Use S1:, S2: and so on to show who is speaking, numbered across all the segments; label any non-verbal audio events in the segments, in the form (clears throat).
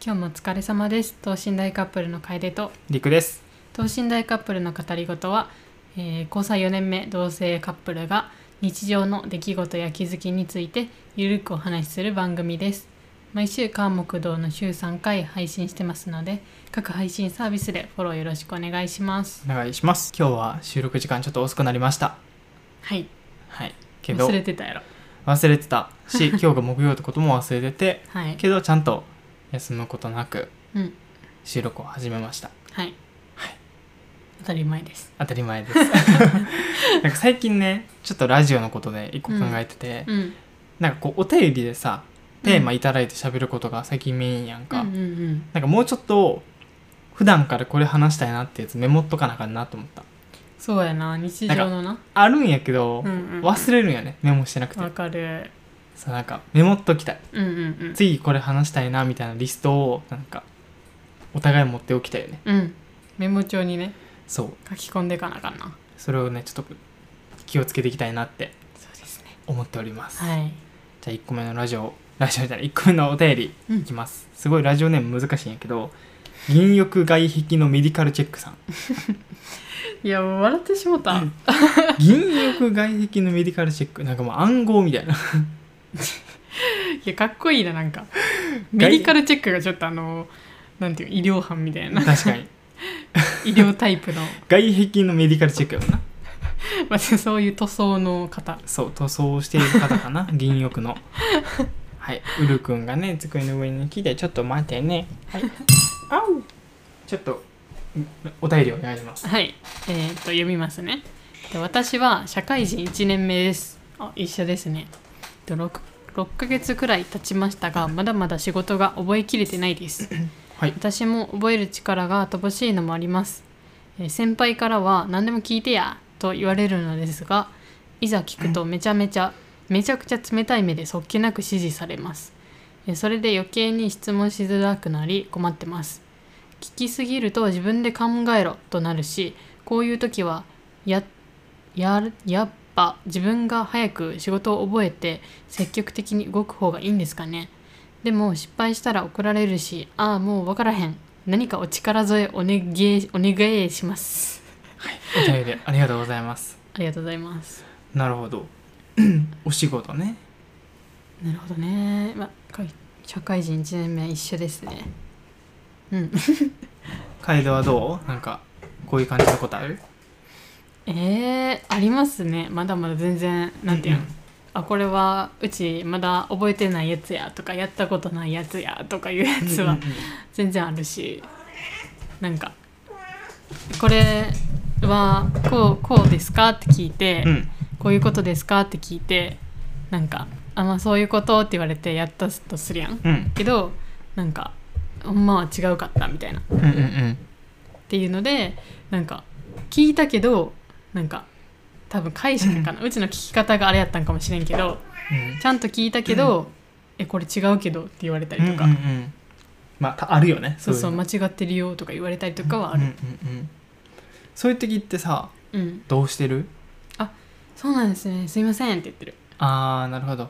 S1: 今日もお疲れ様です等身大カップルの楓と
S2: りくです
S1: 等身大カップルの語りごとは、えー交際4年目同性カップルが日常の出来事や気づきについてゆるくお話しする番組です毎週川木堂の週3回配信してますので各配信サービスでフォローよろしくお願いします
S2: お願いします今日は収録時間ちょっと遅くなりました
S1: はい
S2: はいけど
S1: 忘
S2: 忘
S1: れ
S2: れ
S1: てたやろ
S2: てた
S1: (laughs)
S2: し今日が木曜ってことも忘れてて
S1: はい
S2: けどちゃんと休むことなく
S1: うん
S2: 収録を始めました
S1: はい当たり前です
S2: 当たり
S1: (laughs)
S2: 前ですなんか最近ねちょっとラジオのことで一個考えてて、
S1: うん
S2: なんかこうお便りでさテーマいただいて喋ることが最近メインやんか、
S1: うんうんうん
S2: なんかもうちょっと普段からこれ話したいなってやつメモっとかなあかんなと思った
S1: そうやな日常のな
S2: あるんやけど、
S1: うんうん
S2: 忘れるんやねメモしてなくて
S1: わかる
S2: さなんかメモっときたい
S1: うんうんうん
S2: 次これ話したいなみたいなリストをなんかお互い持っておきたいよね
S1: うんメモ帳にね
S2: そう
S1: 書き込んでいかなあかんな
S2: それをねちょっと気をつけていきたいなって
S1: そうですね
S2: 思っております、
S1: はい
S2: じゃあ1個目のラジオラジオじゃない1個目のお便り
S1: うん
S2: いきます、すごいラジオネーム難しいんやけど銀翼外壁のメディカルチェックさん
S1: いやもう笑ってしもた
S2: 銀翼外壁のメディカルチェックなんかもう暗号みたいない
S1: やかっこいいななんかメディカルチェックがちょっとあのなんていう医療班みたい (laughs) な
S2: 確かに
S1: 医療タイプの
S2: 外壁のメディカルチェックやもんな
S1: まあそういう塗装の方
S2: そう塗装をしている方か (laughs) な銀翼のはいウル君がね机の上に来てちょっと待ってねはいあうちょっとお便りお願いします
S1: はいえーっと読みますねで私は社会人1年目ですあ一緒ですね 6, 6ヶ月くらい経ちましたがまだまだ仕事が覚えきれてないです
S2: (coughs) はい
S1: 私も覚える力が乏しいのもあります、えー先輩からは何でも聞いてやと言われるのですがいざ聞くとめちゃめちゃめちゃくちゃ冷たい目でそっけなく指示されます、えーそれで余計に質問しづらくなり困ってます聞きすぎると自分で考えろとなるしこういう時はやややっぱ自分が早く仕事を覚えて積極的に動く方がいいんですかねでも失敗したら怒られるしああもう分からへん何かお力添えお願いお願いします (laughs)
S2: お便りありがとうございます
S1: ありがとうございます
S2: なるほど (clears throat) お仕事ね
S1: なるほどね、まあ、かい社会人1年目一緒ですねうん
S2: 楓はどうなんかこういう感じのことある
S1: えー、ありますねまだまだ全然なんていうの、あこれはうちまだ覚えてないやつやとかやったことないやつやとかいうやつは
S2: うんうんうん
S1: 全然あるしなんかこれはこうこうですかって聞いて、
S2: うん
S1: こういうことですかって聞いてなんかあまあそういうことって言われてやったとするやん
S2: うん
S1: けどなんかほんまは違うかったみたいなっ
S2: うんうんうん
S1: ていうのでなんか聞いたけどなんか多分解釈かなうちの聞き方があれやったんかもしれんけど
S2: うん
S1: ちゃんと聞いたけど、えこれ違うけどって言われたりとか、
S2: うんうんうんまあたあるよね
S1: そうそう
S2: いの
S1: 間違ってるよとか言われたりとかはある、
S2: うんうんうんそういう時ってさ
S1: うん
S2: どうしてる
S1: そうなんですねすいませんって言ってる
S2: ああなるほど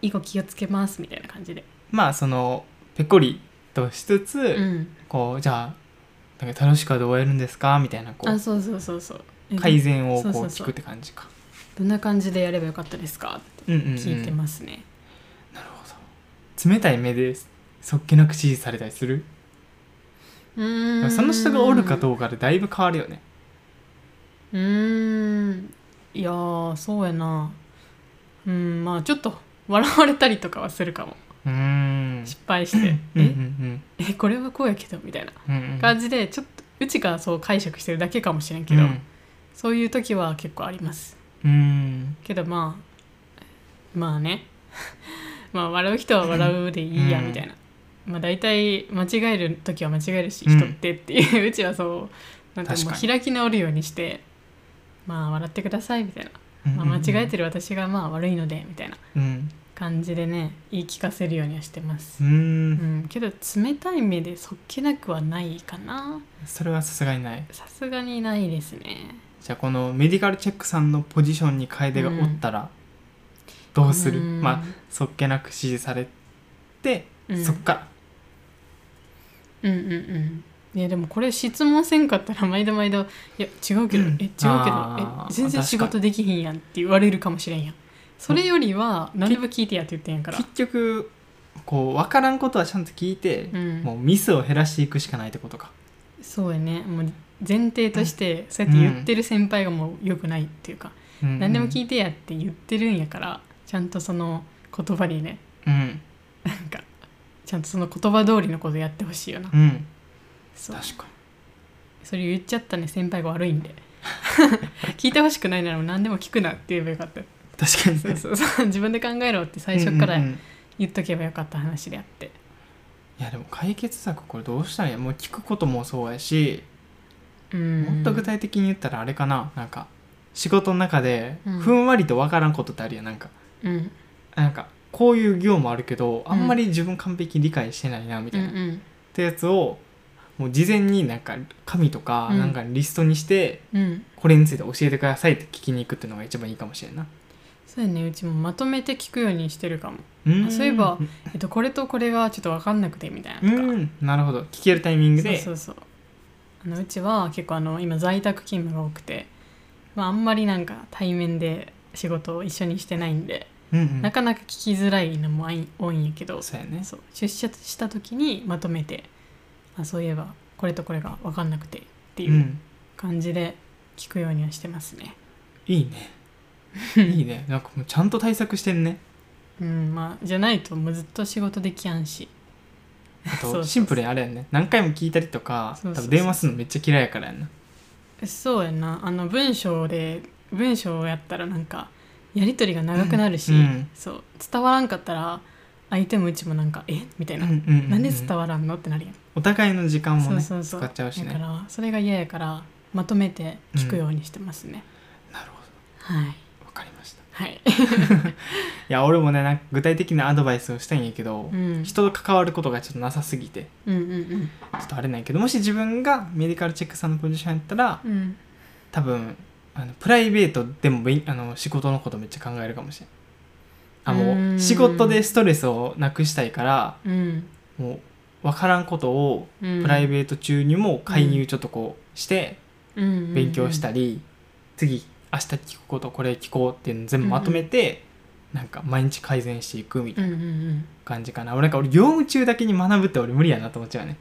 S1: 以後気をつけますみたいな感じで
S2: まあそのぺこりとしつつ、
S1: うん
S2: こうじゃあなんか楽しくはどうやるんですかみたいなこ
S1: あ
S2: う
S1: そうそうそうそうえ
S2: 改善をこ
S1: そううそうそう
S2: 聞くって感じか
S1: どんな感じでやればよかったですかって
S2: うんうんうん
S1: 聞いてますね、
S2: なるほど冷たい目でそっけなく指示されたりする
S1: うーん
S2: その人がおるかどうかでだいぶ変わるよね
S1: うーんいやーそうやなうんまあちょっと笑われたりとかはするかも
S2: うーん
S1: 失敗して
S2: う
S1: え
S2: んうん
S1: えこれはこうやけどみたいな
S2: うんうんうん
S1: 感じでちょっとうちがそう解釈してるだけかもしれんけど、
S2: うん
S1: そういう時は結構あります
S2: うん
S1: けどまあまあね (laughs) まあ笑う人は笑うでいいや
S2: うん
S1: みたいな、まあ大体間違える時は間違えるし
S2: うん
S1: 人ってっていう、うちはそうなんかも
S2: 確か
S1: う
S2: に
S1: 開き直るようにしてまあ笑ってくださいみたいな、
S2: うん
S1: まあ、間違えてる私がまあ悪いのでみたいな
S2: うん
S1: 感じでね言い聞かせるようにはしてます、
S2: うー
S1: うんん、けど冷たい目でそっけなくはないかな
S2: それはさすがにない
S1: さすがにないですね
S2: じゃあこのメディカルチェックさんのポジションに楓がおったらどうする、
S1: ん
S2: まあそっけなく指示されて、
S1: うん
S2: そっか
S1: う
S2: ら
S1: んうんうんいやでもこれ質問せんかったら毎度毎度「いや違うけど、
S2: うん
S1: え違うけど
S2: あー
S1: え全然仕事できひんやん」って言われるかもしれんやんそれよりは何でも聞いてやって言ってんやから
S2: 結局こう分からんことはちゃんと聞いて、
S1: うん
S2: もうミスを減らしていくしかないってことか
S1: そうやねもう前提としてそうやって言ってる先輩がもう良くないっていうか、何でも聞
S2: い
S1: いてやって言ってるんやからちゃんとその言葉にね
S2: うん
S1: なんかちゃんとその言葉通りのことやってほしいよな、
S2: うん
S1: そう
S2: 確か
S1: それ言っちゃったね先輩が悪いん
S2: (laughs)
S1: で聞いてほしくないなら何でも聞くなって言えばよかった
S2: に確かに
S1: そうそうそう自分で考えろって最初か
S2: うん
S1: ら
S2: うんうん
S1: 言っとけばよかった話であって
S2: いやでも解決策これどうしたらいいもう聞くこともそうやし、
S1: うん
S2: もっと具体的に言ったらあれかななんか仕事の中で
S1: うん
S2: ふんわりと分からんことってあるやんなんか
S1: うん
S2: なんかこういう業務あるけど
S1: ん
S2: あんまり自分完璧に理解してないなみ
S1: う
S2: たい
S1: ん
S2: な、
S1: う
S2: っ
S1: ん
S2: てやつをもう事前になんか紙とか
S1: うん
S2: なんかリストにして、
S1: うん
S2: これについて教えてくださいって聞きに行くっていうのが一番いいかもしれんな
S1: そうやねうちもまとめて聞くようにしてるかも
S2: うん
S1: そういえばえっと、これとこれがちょっと分かんなくてみたいな
S2: う
S1: とか、
S2: んなるほど聞けるタイミング
S1: そう
S2: で
S1: そうそうあのうちは結構あの今在宅勤務が多くて、まあ、あんまりなんか対面で仕事を一緒にしてないんで、
S2: うんうん
S1: なかなか聞きづらいのもあい多いんやけど
S2: そうやね
S1: そう出社した時にまとめてあそういえばこれとこれが分かんなくてって
S2: う
S1: いうん感じで聞くようにはしてますね。
S2: いいねいいねなんかもうちゃんと対策してんね
S1: うんまあ、じゃないともうずっと仕事できやんし
S2: あ
S1: そうそうそ
S2: と
S1: う
S2: シンプルにあれやんね何回も聞いたりとか
S1: そ
S2: 多
S1: うそうそう
S2: 分電話するのめっちゃ嫌いやからやんな
S1: そうやなあの文章で文章をやったらなんかやり取りが長くなるし、
S2: うん
S1: そう伝わらんかったら相手もうちもなんか「えみたいな、なんで伝わらんの?」ってなるやん、
S2: お互いの時間もね
S1: そうそうそう
S2: 使っちゃうし
S1: だか
S2: ね
S1: らそれが嫌やからまとめて聞くようにしてますね、
S2: なるほ
S1: はい
S2: どわかりましたい
S1: はい、
S2: や俺もねなんか具体的なアドバイスをしたいんやけど
S1: うん、うん
S2: 人と関わることがちょっとなさすぎて
S1: うんうん
S2: ちょっとあれなんやけどもし自分がメディカルチェックさんのポジションやったら
S1: うん
S2: 多分あのプライベートでもべんあの仕事のことめっちゃ考えるかもしれんあ
S1: うー
S2: も
S1: ん
S2: う仕事でストレスをなくしたいから
S1: うん
S2: もう分からんことを
S1: うん
S2: プライベート中にも介入ちょっとこうして勉強した
S1: り、
S2: り、次明日聞くことこれ聞こうっていうの全部まとめて、なんか毎日改善していくみた
S1: う
S2: い
S1: ん
S2: な
S1: うんうん
S2: 感じかな、俺なんか俺業務中だけに学ぶって俺無理やなと思っちゃうね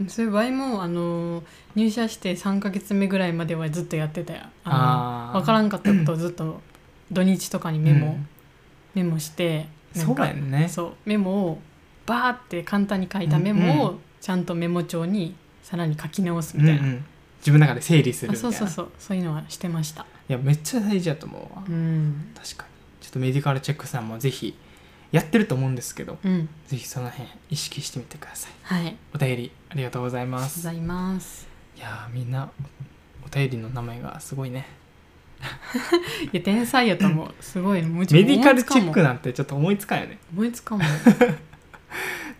S1: うん、そういう場合もあの入社して3か月目ぐらいまではずっとやってたよ
S2: あー
S1: 分からんかったことをずっと土日とかにメモ、
S2: うん
S1: メモしてなん
S2: そう
S1: か
S2: やんね
S1: そうメモをバーって簡単に書いたメモ
S2: うん
S1: をちゃんとメモ帳にさらに書き直す
S2: うん
S1: み
S2: う
S1: たいな、
S2: ん、自分の中で整理する
S1: あ
S2: みた
S1: そ
S2: いうな
S1: そうそうそういうのはしてました
S2: いやめっちゃ大事やと思うわ、
S1: うん
S2: 確かにちょっとメディカルチェックさんもぜひやってると思うんですけど
S1: うん
S2: ぜひその辺意識してみてください
S1: はいありがと
S2: お便りありがとうございう
S1: ご
S2: ます
S1: ざいます
S2: いやーみんなお便りの名前がすごいね
S1: いや天才やと思うすごいもううちも
S2: メディカルチェッ
S1: 思
S2: ク
S1: いつかんもん
S2: なんてちょっと思いつかんよね、
S1: 思いつ
S2: (laughs)
S1: かんもん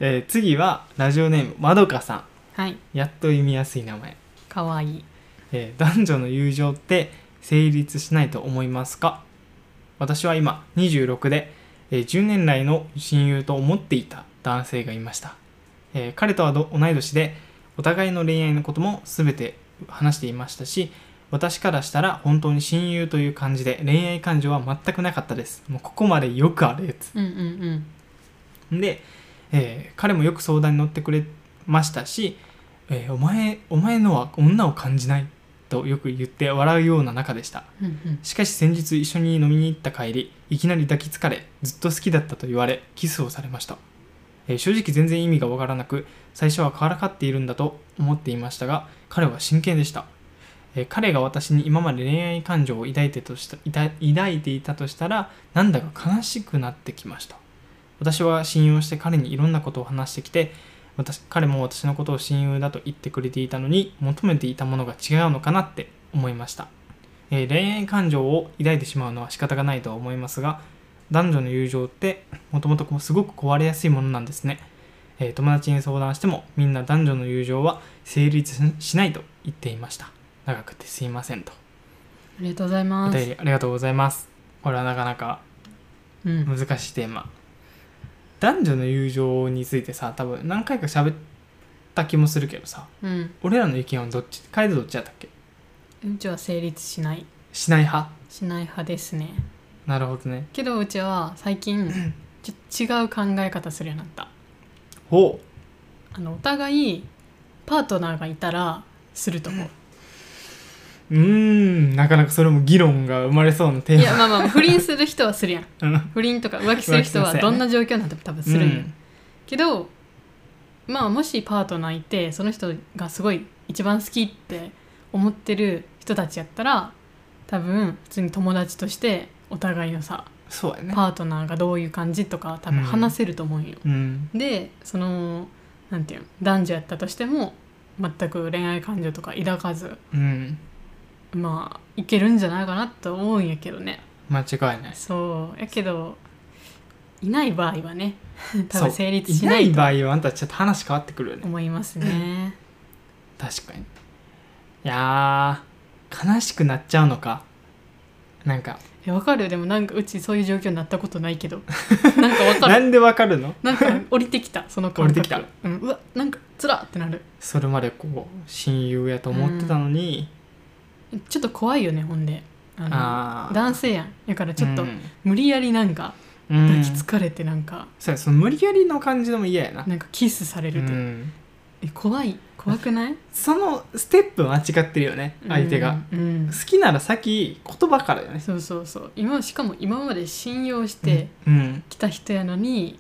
S2: えー次はラジオネームまどかさ
S1: はい
S2: んやっと読みやすい名前、
S1: かわいい
S2: えー男女の友情って成立しないと思いますか私は今26で、えー10年来の親友と思っていた男性がいました、えー彼とはど同い年でお互いの恋愛のことも全て話していましたし私からしたら本当に親友という感じで恋愛感情は全くなかったですもうここまでよくあるやつ
S1: うんうん
S2: で、えー彼もよく相談に乗ってくれましたし、えーお前お前のは女を感じないとよく言って笑うような仲でした
S1: うんうん
S2: しかし先日一緒に飲みに行った帰りいきなり抱きつかれずっと好きだったと言われキスをされました、えー正直全然意味がわからなく最初はからかっているんだと思っていましたが彼は真剣でした、えー彼が私に今まで恋愛感情を抱いてとしたいた抱いていたとしたらなんだか悲しくなってきました私は信用して彼にいろんなことを話してきて私彼も私のことを親友だと言ってくれていたのに求めていたものが違うのかなって思いましたえー恋愛感情を抱いてしまうのは仕方がないとは思いますが男女の友情ってもともとすごく壊れやすいものなんですね、えー友達に相談してもみんな男女の友情は成立ししないと言っていました長くてすいませんと
S1: ありがとうござい
S2: お
S1: ま
S2: 便
S1: す
S2: りありがとうございますこれはなかなか
S1: うん
S2: 難しいテーマ男女の友情についてさ多分何回か喋ったした気もするけどさ
S1: うん
S2: 俺らの意見はどっち楓どっちやったっけ
S1: うちは成立しない
S2: しない派
S1: しない派ですね
S2: なるほどね
S1: けどうちは最近ちょ違う考え方するようになった
S2: ほう
S1: あのお互いパートナーがいたらすると思う
S2: うーんなかなかそれも議論が生まれそうなテ
S1: い
S2: ー
S1: やまあまあ不倫する人はするやん
S2: マうん
S1: 不倫とか浮気する人はどんな状況になっても多分するんや、けどまあもしパートナーいてその人がすごい一番好きって思ってる人たちやったら多分普通に友達としてお互いのさ
S2: そうやね
S1: パートナーがどういう感じとか多分話せると思うんよ、
S2: うん
S1: でそのなんていうの男女やったとしても全く恋愛感情とか抱かず
S2: うん
S1: まあいけるんじゃないかなと思うんやけどね
S2: 間違いない
S1: そうやけどいない場合は
S2: (laughs)
S1: ね多
S2: そう
S1: 分成立しない
S2: い
S1: と
S2: ない場合はあんたちょっと話変わってくるよね
S1: 思いますね
S2: 確かにいやー悲しくなっちゃうのかなんか
S1: えわかるでもなんかうちそういう状況になったことないけど (laughs) なんかわか
S2: な
S1: る
S2: んでわかるの
S1: なんか降りてきたその感覚
S2: 降りてきた、
S1: うん、うわなんかつらってなる
S2: それまでこう親友やと思ってたのに、
S1: ちょっと怖いよねほんであの
S2: あー
S1: 男性やんだからちょっと
S2: うん
S1: 無理やりなんか
S2: うん
S1: 抱きつかれてなんか、
S2: そうやその無理やりの感じでも嫌やな、
S1: なんかキスされ
S2: う
S1: るって、
S2: ん、
S1: え怖い怖くない
S2: そのステップ間違ってるよね相手が、、
S1: うんうん
S2: 好きなら先言葉からよね
S1: そうそうそう今しかも今まで信用して、
S2: うん
S1: 来た人やのに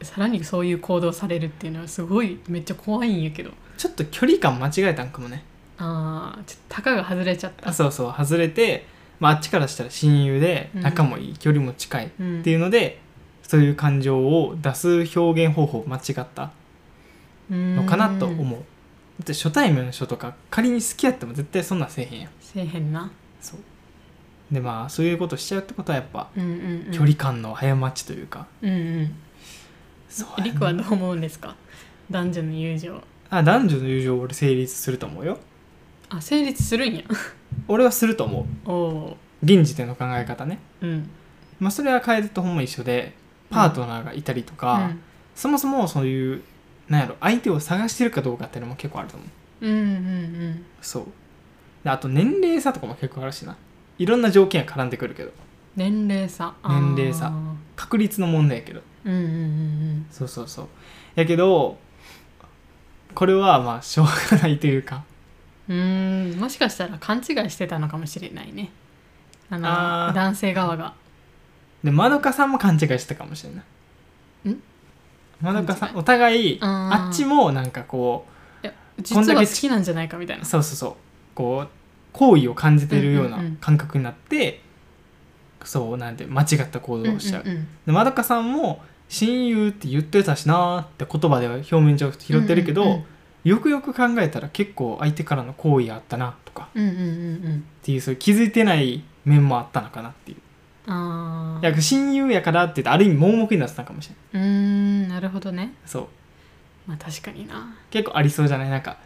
S1: さらにそういう行動されるっていうのはすごいめっちゃ怖いんやけど
S2: ちょっと距離感間違えたんかもね
S1: あーちょっとたかが外れちゃった
S2: あそうそう外れて、まあ、あっちからしたら親友で
S1: うん
S2: 仲もいい、距離も近いっ
S1: うん、
S2: ていうのでそういう感情を出す表現方法間違ったのかなと思う
S1: うん
S2: だって初対面の人とか仮に好きやっても絶対そんなんせえへんやん
S1: せえへんな
S2: そうでまあそういうことしちゃうってことはやっぱ
S1: うんうん、うん、
S2: 距離感の早待ちというか、
S1: うんうん
S2: そうやな
S1: りくはどう思うんですか男女の友情
S2: あ男女の友情俺成立すると思うよ
S1: あ成立するんや
S2: 俺はすると思う
S1: おお
S2: 現時点の考え方ね
S1: ーうん
S2: まあそれは楓とほんま一緒でパートナーがいたりとか、そもそもそういうなんやろ相手を探してるかどうかっていうのも結構あると思う
S1: うん、うんうん
S2: そうであと年齢差とかも結構あるしないろんな条件が絡んでくるけ
S1: う
S2: ど
S1: ん年齢差あー
S2: 年齢差確率の問題やけど
S1: うんうんうん
S2: そうそうそうやけどこれはまあしょうがないというか
S1: うんうーんもしかしたら勘違いしてたのかもしれないねあの
S2: あー
S1: 男性側が
S2: でまどかさんも勘違いしたかもしれない
S1: ん
S2: まどかさ
S1: 勘
S2: んお互い
S1: あー
S2: あっちもなんかこ
S1: 実
S2: こんだ
S1: は
S2: け
S1: 好きなんじゃないかみたいな
S2: うそうそうそうこう好意を感じてるよう
S1: う
S2: な
S1: んうんうん
S2: 感覚になって、そうなんて間違った行動をしちゃう,、
S1: んんん
S2: でまどかさんも親友って言ってたしなーって言葉では表面上拾ってるけど、
S1: うんうん
S2: よくよく考えたら結構相手からの好意があったなとか
S1: うんうんうん
S2: っていうそういう気づいてない面もあったのかなっていう
S1: うんあ
S2: い
S1: あ
S2: や親友やからって言ってある意味盲目になってたのかもしれないう
S1: ーんなるほどね
S2: そう
S1: まあ確かにな
S2: 結構ありそうじゃないなんか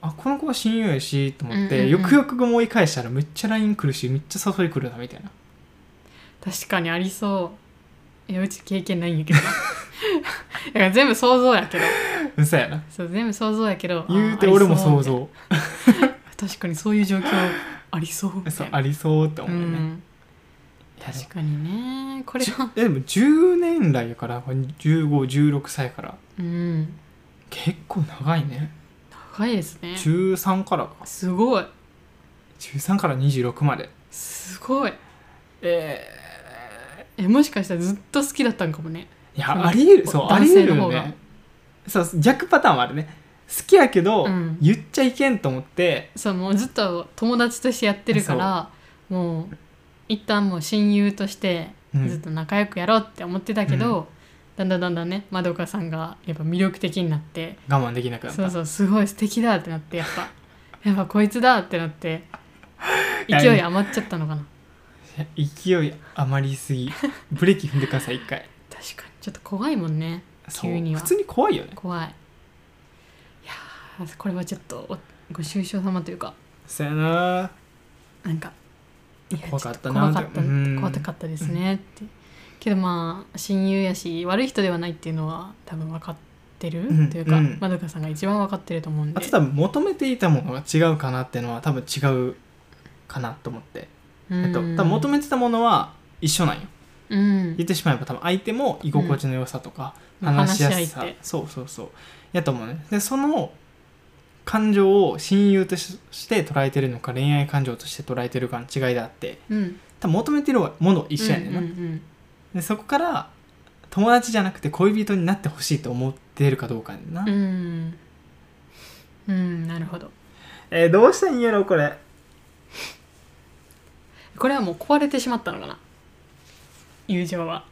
S2: あこの子は親友やしと思って、
S1: うんうんうん
S2: よくよく思い返したらめっちゃ LINE 来るしめっちゃ誘い来るなみたいな
S1: 確かにありそういやうち経験ないんやけど
S2: (laughs)
S1: なだから全部想像やけど
S2: 嘘やな
S1: そう全部想像やけど
S2: 言うて
S1: あー
S2: 俺も想
S1: ありそう
S2: 像
S1: 確かにそういう状況ありそうみ
S2: そ
S1: た
S2: う
S1: いな
S2: ありそうって
S1: う
S2: 思うね、
S1: ん
S2: いやでも
S1: 確かにねこれ
S2: じゅ
S1: は
S2: えでも10年来やから1516歳から
S1: うん
S2: 結構長いね
S1: 高いですね
S2: 13からか
S1: すごい
S2: 13から26まです
S1: ごい
S2: え
S1: えもしかしたらずっと好きだったんかもね
S2: い
S1: その
S2: やありえるそうあ
S1: 男
S2: りえ
S1: 性
S2: る
S1: の
S2: よ
S1: 方が
S2: ねそう逆パターンもあるね好きやけど、
S1: うん
S2: 言っちゃいけんと思って
S1: そうもうずっと友達としてやってるからもう一旦もう親友として
S2: うん
S1: ずっと仲良くやろうって思ってたけど、だんだんだんだんねまどかさんがやっぱ魅力的になって
S2: 我慢できなくなった
S1: そうそうすごい素敵だってなってやっぱやっぱこいつだってなって
S2: いや
S1: 勢い余っちゃったのかな
S2: 勢い余りすぎブレーキ踏んでください一回
S1: 確かにちょっと怖いもんね
S2: そう
S1: 急には
S2: 普通に怖いよね
S1: 怖いいやーこれはちょっとおご愁傷様というか
S2: そやな
S1: なんかいや
S2: 怖かった
S1: ちょ
S2: な
S1: と怖かった
S2: うん
S1: 怖かったですねってけどまあ親友やし悪い人ではないっていうのは多分分かっってる、
S2: うん
S1: というか、
S2: うん
S1: まどかさんが一番分かってると思うんで
S2: あと多分求めていたものが違うかなってのは多分違うかなと思って、えっと、多分求めてたものは一緒なんよ
S1: うん
S2: 言ってしまえば多分相手も居心地の良さとか、
S1: うん
S2: 話しやすさ
S1: 話し合いって
S2: そうそうそうやと思うねでその感情を親友としして捉えてるのか恋愛感情として捉えてるかの違いであって
S1: うん
S2: 多分求めてるもの一緒やねんな、
S1: うんうん
S2: でそこから友達じゃなくて恋人になってほしいと思ってるかどうかやねんな、
S1: うんうんうんなるほど
S2: えーどうしたらいいんやろこれ
S1: これはもう壊れてしまったのかな友情は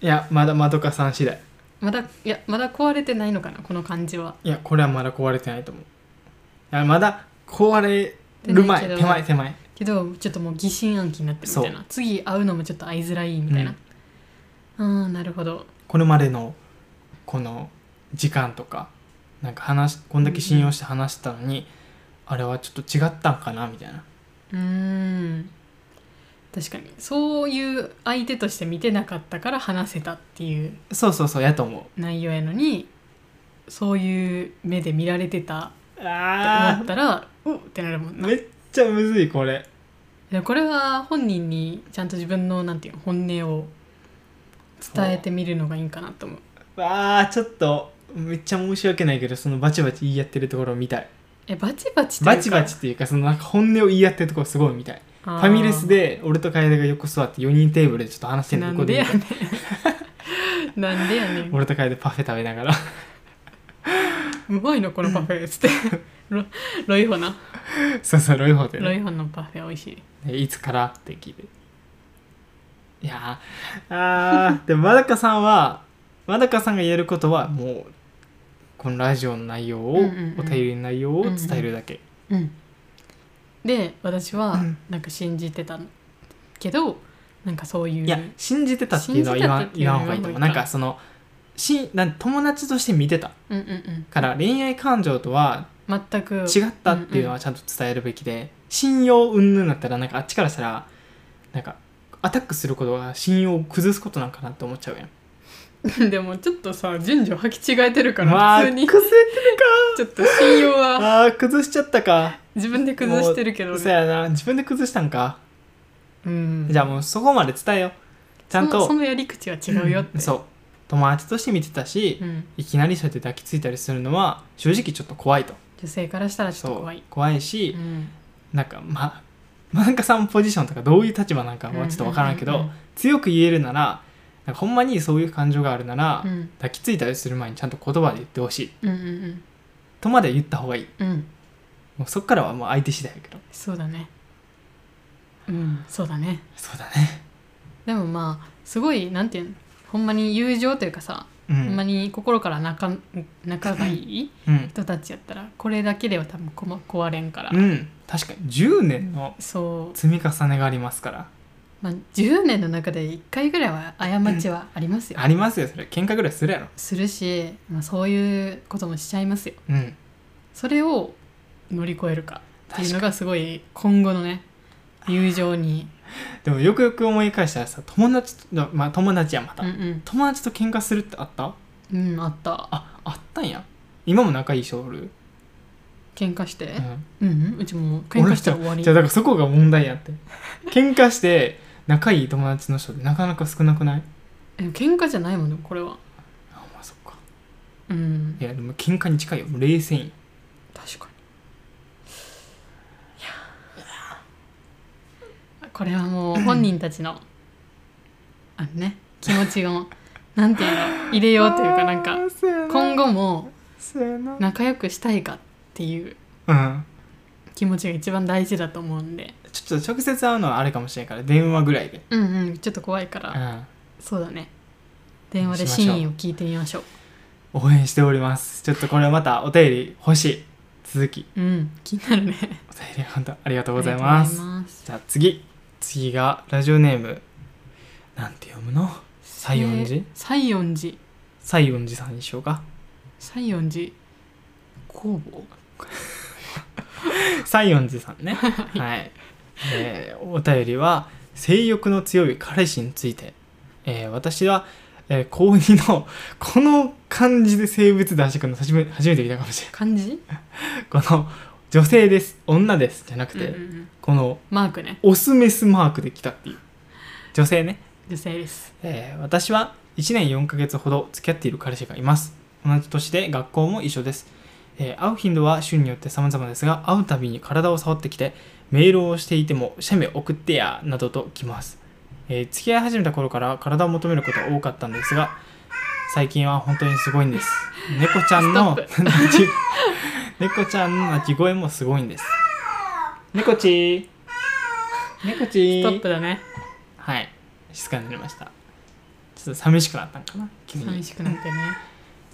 S1: い
S2: やまだまどかさん次第
S1: まだいやまだ壊れてないのかなこの感じはい
S2: やこれはまだ壊れてないと思ういやまだ壊れる前
S1: てない
S2: 手
S1: けど
S2: 前手前
S1: けどちょっともう疑心暗鬼になってるみたい
S2: そ
S1: な次会うのもちょっと会いづらいみたいなうんなるほど
S2: これまでのこの時間とかなんか話しこんだけ信用して話してたのに、あれはちょっと違ったんかなみたいな
S1: うーん確かにそういう相手として見てなかったから話せたっていう
S2: そうそうそうやと思う
S1: 内容やのにそういう目で見られてたと思
S2: あ
S1: ったらうっってなるもんな
S2: めっちゃむずいこれ
S1: でこれは本人にちゃんと自分のなんていうの本音を伝えてみるのがいいんかなと思う
S2: わあちょっとめっちゃ申し訳ないけどそのバチバチ言い合ってるところを見たい
S1: えバチバチというか
S2: バチバチっていうかそのなんか本音を言い合ってるところすごい見たい
S1: フ
S2: ファミレスで俺と楓が横座って4人テーブルでちょっと話してる
S1: な
S2: と
S1: ん
S2: こ
S1: で
S2: で
S1: や
S2: 見たい
S1: ねん (laughs) なんでやねん
S2: 俺と楓パフェ食べながら (laughs)
S1: うまいのこのパフェっつってロロイホな
S2: そうそうロイホテル
S1: ロイホのパフェ美味しい
S2: えいつからって聞いていやーあー (laughs) でもまだかさんはまだかさんが言えることはもうこのラジオの内容を、
S1: うんうんうん
S2: お便りの内容を伝えるだけ、
S1: うん、で私は
S2: うん
S1: なんか信じてたけどなんかそういう
S2: いや信じてたっていうのは言わん
S1: 信じて
S2: 言
S1: た
S2: わ
S1: っ
S2: ん
S1: ていうのは
S2: 方がいいと思
S1: 言
S2: う
S1: わん方がいいか
S2: なんかそのしなん友達として見てた
S1: うんうん
S2: から恋愛感情とは
S1: うん、全く
S2: 違ったっていうのはちゃんと伝えるべきで、信用云々だったらなんかあっちからしたらなんかアタックすることは信用を崩すことなんかなって思っちゃうやん。
S1: でもちょっとさ順序履き違えてるか
S2: ま
S1: ら
S2: あ
S1: 普通にち
S2: 崩れてるか
S1: ょっと信用は
S2: ああ崩しちゃったか
S1: 自分で崩してるけど、
S2: そやな自分で崩したんか、
S1: うん、
S2: じゃあもうそこまで伝えようちゃん
S1: その
S2: と
S1: そのやり口は違うよって、
S2: そう友達として見てたし、
S1: うん
S2: いきなりそうやって抱きついたりするのは正直ちょっと怖いと
S1: 女性からしたらちょっと怖い
S2: そう怖いし、
S1: うん
S2: なんかまあなんかさんポジションとかどういう立場なんかはちょっと分からんけど、
S1: うんうんうん
S2: 強く言えるならなんかほんまにそういう感情があるなら、
S1: うん
S2: 抱きついたりする前にちゃんと言葉で言ってほしい
S1: うんうん
S2: とまでは言った方がいい
S1: うんうん
S2: もうそっからはもう相手次第やけど
S1: そうだねうんそうだね
S2: そうだね
S1: でもまあすごいなんていうのほんまに友情というかさ
S2: う
S1: ほんま
S2: ん、
S1: に心から仲仲がいい
S2: うん
S1: 人たちやったらこれだけでは多分こま壊れんから、
S2: うん確かに10年の
S1: そう、
S2: 積み重ねがありますから
S1: まあ、10年の中で1回ぐらいは過ちはありますよ、
S2: ありますよそれ喧嘩ぐらいするやろ
S1: するし、まあ、そういうこともしちゃいますよ
S2: うん
S1: それを乗り越えるかっていう
S2: 確
S1: の
S2: か
S1: がすごい今後のね友情に
S2: にでもよくよく思い返したらさ友達とまあ友達やまた、
S1: うん
S2: 友達と喧嘩するってあった
S1: うんうんあった
S2: ああったんや今も仲いい人おる、
S1: 喧嘩して
S2: うん、
S1: うん、うん、うちも喧嘩したら終わり
S2: じゃあだからそこが問題やって喧嘩して仲いい友達の人ってなかなか少なくない
S1: え喧嘩じゃないもんねこれは
S2: あまあそっか
S1: うん
S2: いやでも喧嘩に近いよもう冷戦よ
S1: 確かにいやーこれはもう本人たちのあのね気持ちをなんていうの入れようというかなんか今
S2: 後
S1: 後も
S2: そうやな
S1: 仲良くしたいかっていう
S2: うん
S1: 気持ちが一番大事だと思うんで
S2: ちょっと直接会うのはあれかもしれないから電話ぐらいで
S1: うんうんちょっと怖いか
S2: う
S1: ら
S2: ん
S1: そうだね電話で
S2: しましょう
S1: 真意を聞いてみましょう
S2: 応援しておりますちょっとこれはまたお便り欲しい続き
S1: うん気になるね
S2: お便り本当ありがとう
S1: あ
S2: ご
S1: り
S2: ざ
S1: が
S2: い
S1: とう
S2: ます
S1: ます
S2: じゃあ次次がラジオネームなんて読むの西園寺
S1: 西園寺
S2: 西園寺さんにしようか
S1: 西園寺工房
S2: 西園寺さんねはい、えーお便りは性欲の強い彼氏について、えー私はえー高2の (laughs) この感じで性別出してくるの初め初めて見たかもしれ
S1: 漢字
S2: ないこの女性です女ですじゃなくて、
S1: うんうんうん
S2: この
S1: マークね
S2: オスメスマークで来たっていう女性ね
S1: 女性です
S2: えー私は1年4ヶ月ほど付き合っている彼氏がいます同じ年で学校も一緒です、えー会う頻度は週によって様々ですが会うたびに体を触ってきてメールをしていても「写メ送ってや」などと来ます、えー付き合い始めた頃から体を求めることが多かったんですが最近は本当にすごいんです猫ちゃんの鳴き (laughs) 猫ちゃんの鳴き声もすごいんです猫ちー猫ちー
S1: トップだね
S2: はい静かになりましたちょっと寂しくなったんかな急に
S1: 寂しくなってね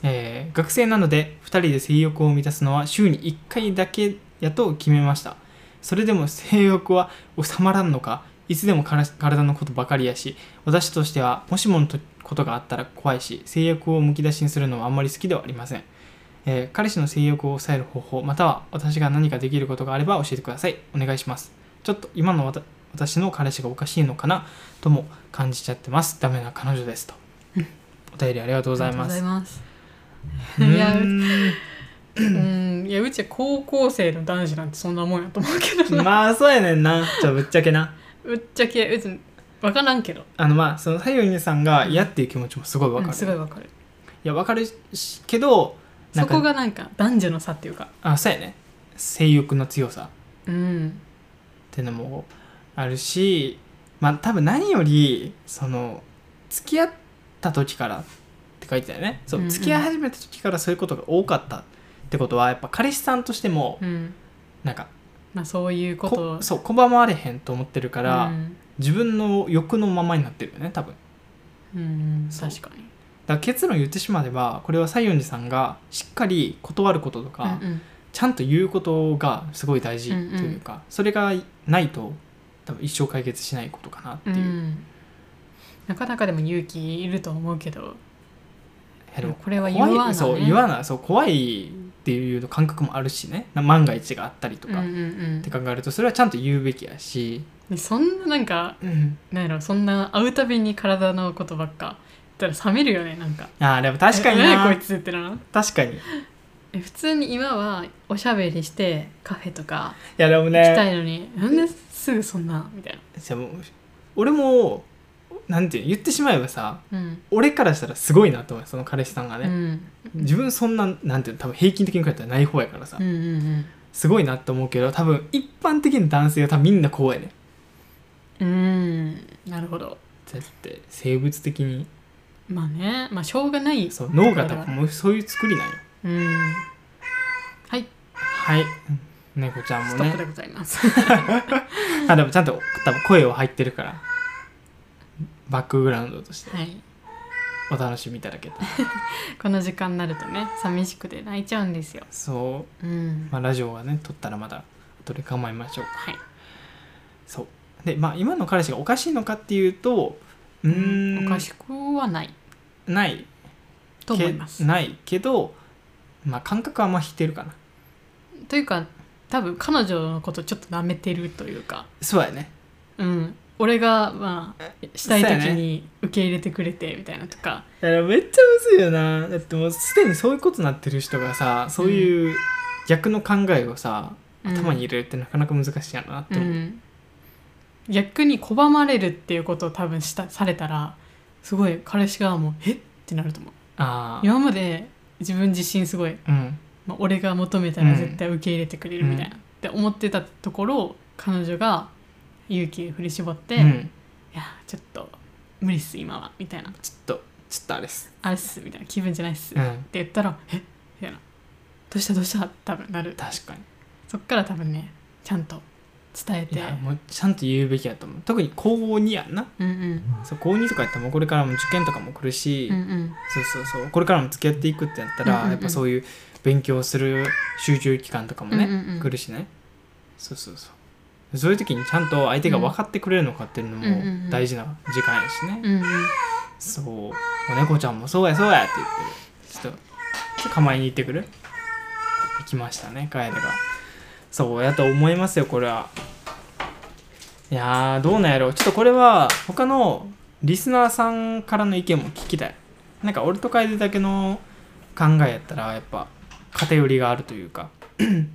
S2: えー学生なので2人で性欲を満たすのは週に1回だけやと決めましたそれでも性欲は収まらんのかいつでもから体のことばかりやし私としてはもしものとことがあったら怖いし性欲をむき出しにするのはあんまり好きではありません、えー彼氏の性欲を抑える方法または私が何かできることがあれば教えてくださいお願いしますちょっと今のわた私の彼氏がおかしいのかなとも感じちゃってますダメな彼女ですとお便りありがとうございます
S1: ありがとうございます
S2: う
S1: いやう
S2: ーん
S1: うんいやうちは高校生の男子なんてそんなもんやと思うけどな
S2: まあそうやねんなじゃあぶっちゃけな
S1: ぶっちゃけうち分からんけど
S2: あのまあその太陽にさんが嫌っていう気持ちもすごいわかる、
S1: うんす
S2: い
S1: ごい分かる
S2: やわかるしけどな
S1: そ
S2: んか
S1: こがなんか男女の差っていうか
S2: あそうやね性欲の強さっ
S1: うん
S2: てのもあるしまあ多分何よりその付き合った時からって書いてたよねそう、
S1: うんうん
S2: 付き合い始めた時からそういうことが多かったってことはやっぱ彼氏さんとしても
S1: うん
S2: なんか
S1: まあそういうこ
S2: ことそう拒まれへんと思ってるか、
S1: からうん
S2: 自分の欲のままになってるよね多分
S1: うん、
S2: そう
S1: 確かに
S2: だから結論言ってしまえばこれは西園寺さんがしっかり断ることとか、
S1: うんうん
S2: ちゃんと言うことがすごい大事というか、それがないと多分一生解決しないことかなっていう、
S1: ん、なかなかでも勇気いると思うけど
S2: いやでも
S1: これは言わ
S2: 怖い
S1: ない、ね、
S2: そう言わないそう怖いっていう感覚もあるしねな万が一があったりとか、
S1: うん
S2: っ
S1: うんうん
S2: て考えるとそれはちゃんと言うべきやし、
S1: でそんななんかなんやろそんな会うたびに体のことばっか言ったら冷めるよねなんか
S2: ああでも確かに
S1: え何や
S2: な
S1: こいつってな
S2: 確かにい
S1: え普通に今はおしゃべりしてカフェとか
S2: やでも
S1: 行きた
S2: ね
S1: いのに、なんですぐそんなみたい
S2: じゃあもう俺もなんていうの言ってしまえばさ
S1: なうん、
S2: 俺からしたらすごいなと思うその彼氏さんがね、
S1: うん
S2: 自分そんななんていうの多分平均的に比べたらない方やからさ、
S1: うんうん
S2: すごいなと思うけど多分一般的な男性は多分みんなこうやね
S1: うんうんなるほど
S2: だって生物的に
S1: まあねまあしょうがない
S2: そう脳が多分もうそういう作りなんよ
S1: うんはい
S2: はい猫ちゃん
S1: ス
S2: も
S1: トップ
S2: ね
S1: でございます (laughs)
S2: あでもちゃんと多分声は入ってるからバックグラウンドとして
S1: はい、
S2: お楽しみいただけたら
S1: この時間になるとね寂しくて泣いちゃうんですよ。
S2: そうう、
S1: ん、
S2: まあ、ラジオはね撮ったらまだ後で構いましょう
S1: はい、
S2: そうでまあ今の彼氏がおかしいのかっていうとうーん
S1: おかしくはない
S2: ない
S1: と思います
S2: け。ないけど、まあ、感覚はあんま引いてるかな
S1: というか多分彼女のことちょっと舐めてるというか、
S2: そうやね
S1: うん、俺がまあしたい
S2: そうや
S1: 時
S2: ね
S1: に受け入れてくれてみたいなとか、
S2: いやめっちゃむずいよなだってもうすでにそういうことになってる人がさそういう逆の考えをさ、
S1: うん
S2: 頭に入れるってなかなか難しいやろなって
S1: う
S2: 思う、
S1: ん、逆に拒まれるっていうことを多分したされたらすごい彼氏側も「えっ?」てなると思う。
S2: ああ
S1: 今まで自分自身すごい
S2: うん
S1: まあ、俺が求めたら絶対受け入れてくれるみたいな、って思ってたところを彼女が勇気を振り絞って、
S2: う
S1: い
S2: ん
S1: やちょっと無理っす今はみたいな
S2: ちょっとちょっとあれっす
S1: あれっすみたいな気分じゃないっす、
S2: う
S1: って
S2: ん
S1: 言ったらえみたいなどうしたどうした多分なる
S2: 確かに
S1: そっから多分ねちゃんと伝え
S2: い
S1: て
S2: やもうちゃんと言うべきやと思う特に高2やんな
S1: うんうん
S2: そう高2とかやったらもうこれからも受験とかも来るし、
S1: うんうん
S2: そうそうそうこれからも付き合っていくってやったら、
S1: うんうんうん
S2: やっぱそういう勉強する集中期間とかもね、
S1: うんうんうん
S2: 来るしねそうそうそうそういう時にちゃんと相手が分かってくれるのかっていうの
S1: うんうんうんう
S2: も
S1: ん
S2: 大事な時間やしね、
S1: うんうん
S2: そうお猫ちゃんも「そうやそうや」って言ってるちょっと構いに行ってくる行きましたねカエルがそうやと思いますよこれはいやーどうなんやろうちょっとこれは他のリスナーさんからの意見も聞きたいなんか俺と楓だけの考えやったらやっぱ偏りがあるというか (clears throat)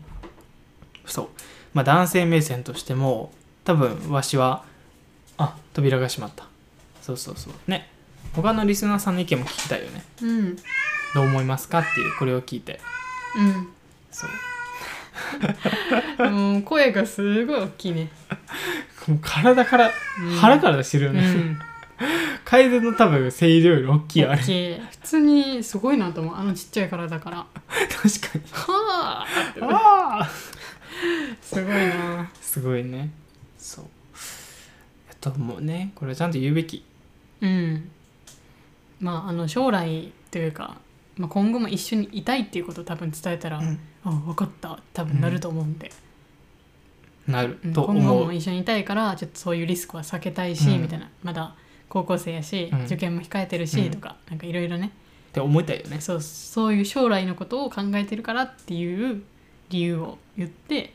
S2: そうまあ男性目線としても多分わしはあ扉が閉まったそうそうそうね他のリスナーさんの意見も聞きたいよね
S1: うん
S2: どう思いますかっていうこれを聞いてそう
S1: うんもう声がすごい大きいね、
S2: もう体から
S1: うん
S2: 腹から出してる
S1: う
S2: よね、
S1: ん、
S2: 楓の多分声量より大きいあ
S1: (laughs)
S2: れ
S1: 大きい普通にすごいなと思うあのちっちゃい体からは
S2: 確かに
S1: あって
S2: ああ
S1: すごいな
S2: すごいねそうやと思うねこれはちゃんと言うべき
S1: うんまああの将来というか、まあ、今後も一緒にいたいっていうことを多分伝えたら、
S2: うん
S1: あ分かった多分なると思うんで、
S2: なる
S1: うん
S2: と
S1: 今後
S2: 思う、
S1: も一緒にいたいからちょっとそういうリスクは避けたいし、
S2: うん
S1: みたいなまだ高校生やし、
S2: うん
S1: 受験も控えてるし、
S2: うん
S1: とかなんかいろいろね
S2: って思いたいよね
S1: そうそういう将来のことを考えてるからっていう理由を言って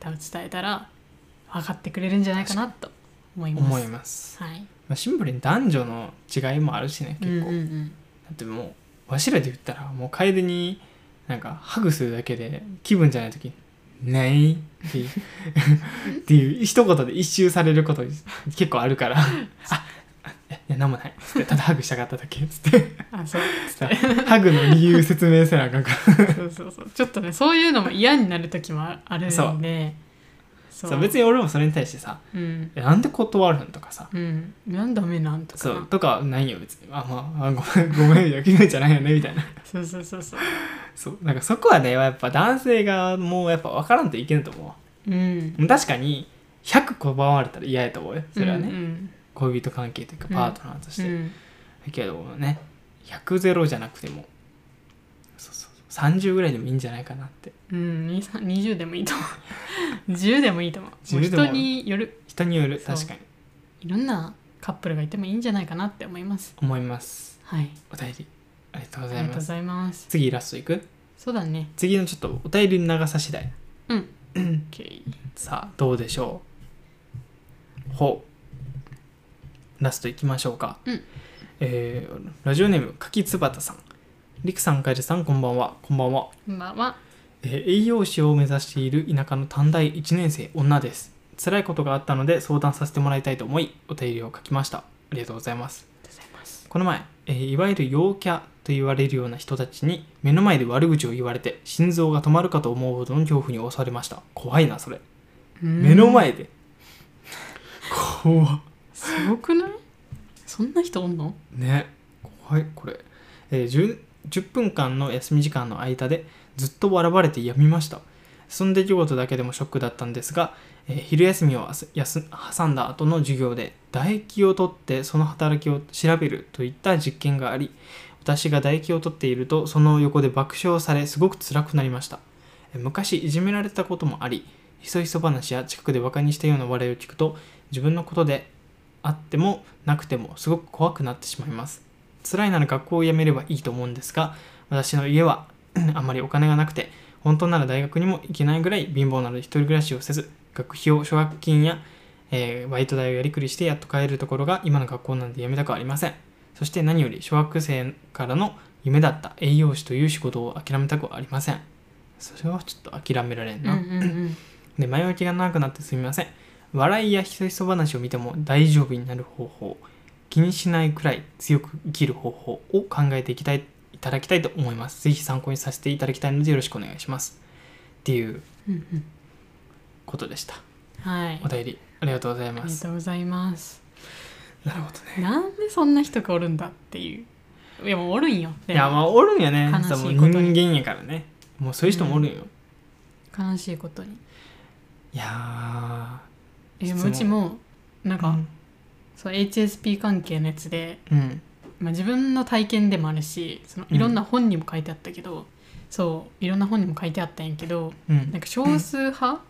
S1: 多分伝えたら分かってくれるんじゃないかなと思います。
S2: 思います、
S1: はい、
S2: まあ、シンプルに男女の違いもあるしね結構、
S1: うんう
S2: だ
S1: ん
S2: ってもうわしらで言ったらもう楓になんかハグするだけで気分じゃない時に「ない」っていうっていう一言で一周されること結構あるから「ああいやいやなんもない」つってただハグしたかっただけ」つって
S1: うん、あそう
S2: さハグの理由説明せなあかんから
S1: そうそうそうちょっとねそういうのも嫌になる時もあある
S2: そ
S1: んでそ
S2: そう別に俺もそれに対してさ
S1: うん
S2: 「えなんで断るん?」とかさ
S1: うんなんダメなんとか
S2: そ
S1: な
S2: うとかないよ別に「あまああごめんごめん焼き目じゃないよね」みたいな
S1: そうそうそうそう
S2: そうなんかそこはねやっぱ男性がもうやっぱ分からんといけんと思うわ
S1: うん
S2: もう確かに100拒まれたら嫌やと思うよそれはね、
S1: うん
S2: 恋人関係というか
S1: うん
S2: パートナーとし
S1: う
S2: て、
S1: ん
S2: だ
S1: うん
S2: けどね100ゼロじゃなくてもそうそうそう30ぐらいでもいいんじゃないかなって
S1: うん、にさ20でもいいと思う
S2: (laughs)
S1: 10でもいいと思うもう
S2: 10でも
S1: 人による
S2: 人による
S1: そう
S2: 確かに
S1: いろんなカップルがいてもいいんじゃないかなって思います
S2: 思います
S1: はい
S2: お便りありがとうご
S1: ありがとう
S2: ざい
S1: ご
S2: ます
S1: ざいます
S2: 次ラストいく
S1: そうだね
S2: 次のちょっとお便りの長さ次第
S1: うん OK
S2: さあどうでしょうほうラストいきましょうか、
S1: うん
S2: えーラジオネーム柿椿さんりくさんかえるさんこんばんはこんばんは、
S1: こんばんは
S2: えー栄養士を目指している田舎の短大1年生女です辛いことがあったので相談させてもらいたいと思いお便りを書きましたありがとうございます
S1: ありがとうございます
S2: この前、えーいわゆる陽キャと言われるような人たちに目の前で悪口を言われて心臓が止まるかと思うほどの恐怖に襲われました怖いなそれ目の前で怖っ
S1: すごくないそんな人おんの
S2: ね怖いこれ、えー、10, 10分間の休み時間の間でずっと笑われてやみましたその出来事だけでもショックだったんですが、えー昼休みをあす休挟んだ後の授業で唾液を取ってその働きを調べるといった実験があり私が唾液を取っているとその横で爆笑されすごく辛くなりましたえー昔いじめられたこともありひそひそ話や近くでバカにしたような笑いを聞くと自分のことであってもなくてもすごく怖くなってしまいます辛いなら学校を辞めればいいと思うんですが私の家は (clears throat) あまりお金がなくて本当なら大学にも行けないぐらい貧乏なので一人暮らしをせず学費を奨学金や、えーバイト代をやりくりしてやっと帰るところが今の学校なんて辞めたくありませんそして何より小学生からの夢だった栄養士という仕事を諦めたくはありませんそれはちょっと諦められん
S1: うんう
S2: な、
S1: ん
S2: で前置きが長くなってすみません笑いやひそひそ話を見ても大丈夫になる方法気にしないくらい強く生きる方法を考えていきたいいただきたいと思いますぜひ参考にさせていただきたいのでよろしくお願いしますっていう
S1: うんうんうん
S2: ことでした
S1: はい
S2: お便りありがとうござい
S1: あ
S2: ま
S1: りが
S2: す
S1: とうございます
S2: なるほどね
S1: なんでそんな人がおるんだっていういやもうおるんよ
S2: い
S1: でも
S2: やまあおるんやね
S1: 悲しいこと
S2: もう
S1: に
S2: 人間やからねもうそういう人もおるんよ、
S1: 悲しいことに
S2: いや
S1: え
S2: 質
S1: で
S2: 問
S1: もうちもなん
S2: ー
S1: か、そう HSP 関係のやつで、
S2: うん
S1: まあ、自分の体験でもあるしその
S2: うん
S1: いろんな本にも書いてあったけど、そういろんな本にも書いてあったんやけど
S2: うん
S1: なんか少数派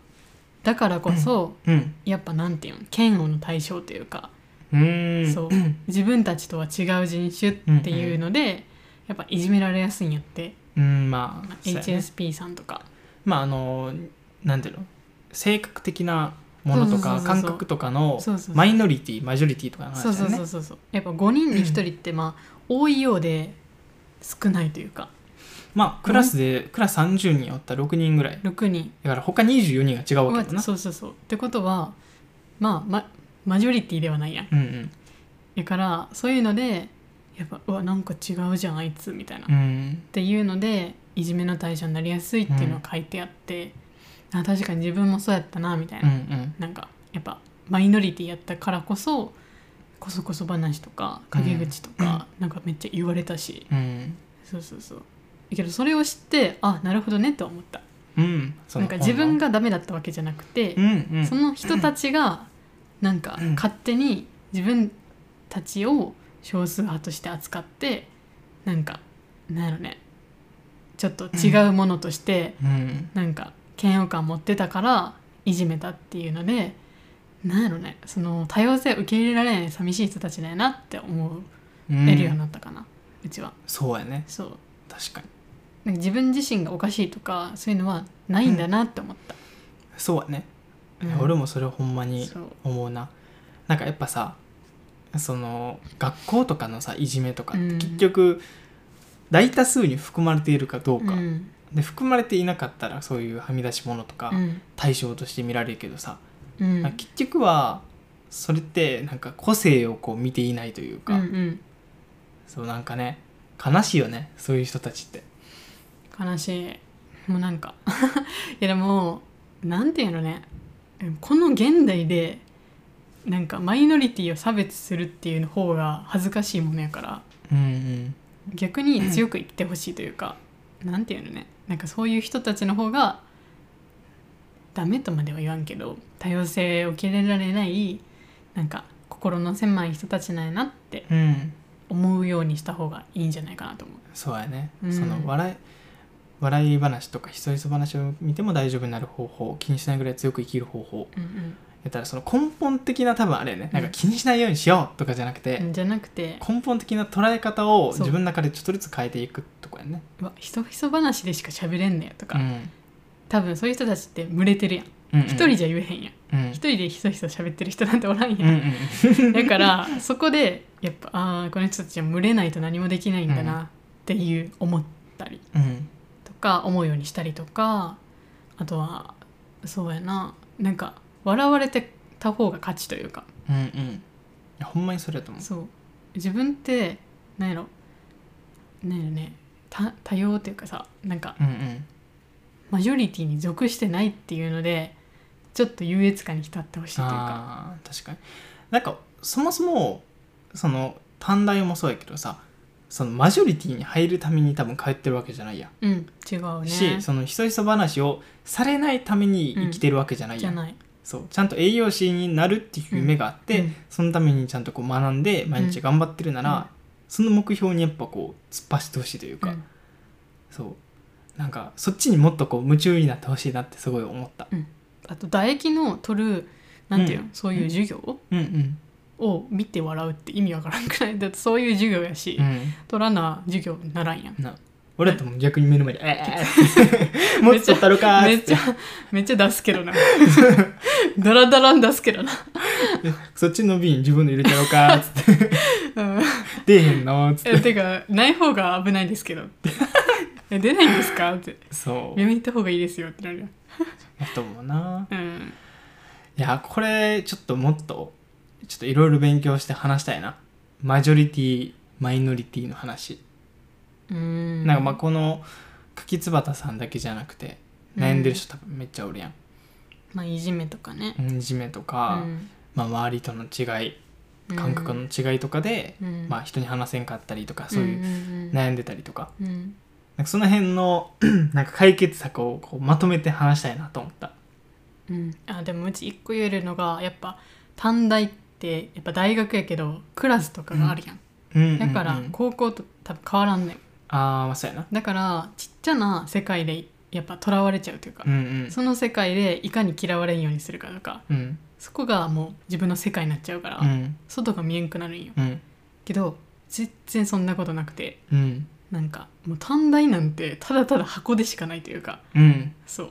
S1: だからこそ、
S2: うん
S1: やっぱなんていうの嫌悪の対象というか、
S2: うーん
S1: そう自分たちとは違う人種っていうので、やっぱいじめられやすいんやって、
S2: うんまあ
S1: まあ、
S2: そうやね
S1: HSP さんとか
S2: まああのなんていうの性格的なもの
S1: そ
S2: とか
S1: うそうそうそう
S2: 感覚とかの
S1: そうそうそう
S2: マイノリティマジョリティとかの
S1: そう
S2: 話だ
S1: そ
S2: よ
S1: うそう
S2: ね
S1: そうそうやっぱ5人に1人ってまあ多いようで少ないというか
S2: まあクラスでクラス30人おった6人ぐらい
S1: 6人
S2: だから他24人が違うわけだ
S1: は
S2: な
S1: そうそうそうってことはまあまマジョリティではないやん
S2: うんうん
S1: だからそういうのでやっぱうわなんか違うじゃんあいつみたいな、
S2: う
S1: っ
S2: ん
S1: ていうのでいじめの対象になりやすいっていうのが書いてあって、あ確かに自分もそうやったなみたい
S2: うんう
S1: な、
S2: ん
S1: なんかやっぱマイノリティやったからこそこそこそ話とか陰口とか、なんかめっちゃ言われたし
S2: うん
S1: そうそうそうだけどそれを知ってあなるほどねとは思った
S2: うんそ
S1: な
S2: の
S1: んか自分がダメだったわけじゃなくて、
S2: うんうん
S1: その人たちがなんか
S2: うん
S1: 勝手に自分たちを少数派として扱ってなんかなんやろねちょっと違うものとして
S2: うん
S1: なんか嫌悪感持ってたからいじめたっていうのでなんやろねその多様性を受け入れられない寂しい人たちだよなって思
S2: うん
S1: えるようになったかな、うちは
S2: そうやね
S1: そう
S2: 確かに
S1: なんか自分自身がおかしいとかそういうのはないんだなって思った、
S2: そうやね
S1: うん
S2: 俺もそれほんまに
S1: そう
S2: 思うななんかやっぱさその学校とかのさいじめとかって
S1: うん
S2: 結局大多数に含まれているかどうか、
S1: うん
S2: で含まれていなかったらそういうはみ出し物とか
S1: うん
S2: 対象として見られるけどさ、
S1: うん
S2: なんか結局はそれってなんか個性をこう見ていないというか、
S1: うんうん
S2: そうなんかね悲しいよねそういう人たちって。
S1: 悲しいもうなんか (laughs) いやでもなんていうのねこの現代でなんかマイノリティを差別するっていう方が恥ずかしいものやから
S2: うん
S1: 逆に強く生きてほしいというかなんていうのねなんかそういう人たちの方がダメとまでは言わんけど多様性を受け入れられないなんか心の狭い人たちなんやなって
S2: うん、うん
S1: 思うようにした方がいいんじゃないかなと思う。
S2: そうやね、
S1: うん
S2: その笑い笑い話とかひそひそ話を見ても大丈夫になる方法気にしないぐらい強く生きる方法
S1: うん
S2: やったらその根本的な多分あれやねなんか気にしないようにしようとかじゃなくて、
S1: うん、じゃなくて
S2: 根本的な捉え方を
S1: そう
S2: 自分の中でちょっとずつ変えていくとこやね。
S1: うわひそひそ話でしか喋れんねやとか、
S2: うん
S1: 多分そういう人たちって群れてるやん
S2: うんうん
S1: 一、人じゃ言えへんやん
S2: うん
S1: 一人でひそひそ喋ってる人なんておらん
S2: うんう
S1: やん、
S2: ん
S1: だからそこでやっぱああこの人たちは群れないと何もできないんだなっていう思ったり
S2: うん
S1: とか思うようにしたりとかあとはそうやななんか笑われてた方が勝ちというか
S2: うんうんいやほんまにそれだと思う。
S1: そう自分ってなんやろなんやろねた多様というかさなんか
S2: うんうん
S1: マジョリティに属してないっていうのでちょっと優越感に浸ってほしいというか
S2: あー確かになんかそもそもその短大もそうやけどさそのマジョリティに入るために多分通ってるわけじゃないやん、
S1: うん違うね
S2: しそのひそひそ話をされないために生きてるわけじゃない
S1: じ
S2: や
S1: ゃ
S2: ん、
S1: ない
S2: そうちゃんと栄養士になるっていう夢があって、
S1: うんうん
S2: そのためにちゃんとこう学んで毎日頑張ってるなら、
S1: うん
S2: その目標にやっぱこう突っ走ってほしいというか、
S1: うん
S2: そうなんかそっちにもっとこう夢中になってほしいなってすごい思った。
S1: あと唾液の取るなんていうの、
S2: う
S1: そういう授業
S2: うんうん
S1: を見て笑うって意味わからんくないだ (laughs) ってそういう授業やし、
S2: うん、
S1: 取らな授業ならんやん
S2: 俺だともう逆に目の前で「え (laughs) えーって」もっと取ったろか」
S1: め
S2: ーっ
S1: っ
S2: つ
S1: ちゃ (laughs) めっちゃ出すけどな (laughs) ダラダラん出すけどな、
S2: ってそっちの瓶自分の入れちゃろうかーっつって
S1: うん、
S2: 「出えへんの」 (laughs) っつっ
S1: えてかない方が危ない
S2: (laughs)
S1: ですけどってえ出ないんですかって
S2: てそう
S1: やめた方がいいですよってなるやん
S2: やと思うな
S1: うん
S2: いやこれちょっともっとちょっといろいろ勉強して話したいなマジョリティマイノリティの話、
S1: うん
S2: なんかまあこの柿椿さんだけじゃなくて悩んでる人多分めっちゃおるやん、
S1: まあいじめとかね、
S2: いじめとか、
S1: うん
S2: まあ、周りとの違い
S1: うん
S2: 感覚の違いとかで、
S1: うん
S2: まあ人に話せんかったりとかそういう
S1: うん
S2: 悩んでたりとか
S1: うんうん
S2: なんかその辺のなんか解決策をこうまとめて話したいなと思った
S1: うんあでもうち一個言えるのがやっぱ短大ってやっぱ大学やけどクラスとかがあるやん、だか
S2: う
S1: ら
S2: んうんうん
S1: 高校と多分変わらんねん
S2: ああまあそうやな
S1: だからちっちゃな世界でやっぱとらわれちゃうというか
S2: う、んうん
S1: その世界でいかに嫌われんようにするかとか
S2: うん
S1: そこがもう自分の世界になっちゃうから、
S2: うん
S1: 外が見えんくなるんよ
S2: うん
S1: けど全然そんなことなくて
S2: うん
S1: なんかもう短大なんてただただ箱でしかないというか
S2: うん
S1: そうっ